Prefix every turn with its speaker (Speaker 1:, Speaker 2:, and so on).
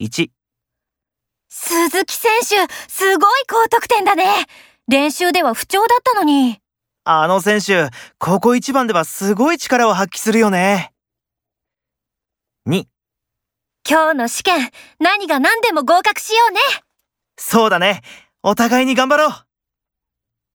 Speaker 1: 1、
Speaker 2: 鈴木選手、すごい高得点だね。練習では不調だったのに。
Speaker 1: あの選手、ここ一番ではすごい力を発揮するよね。2、
Speaker 2: 今日の試験、何が何でも合格しようね。
Speaker 1: そうだね。お互いに頑張ろう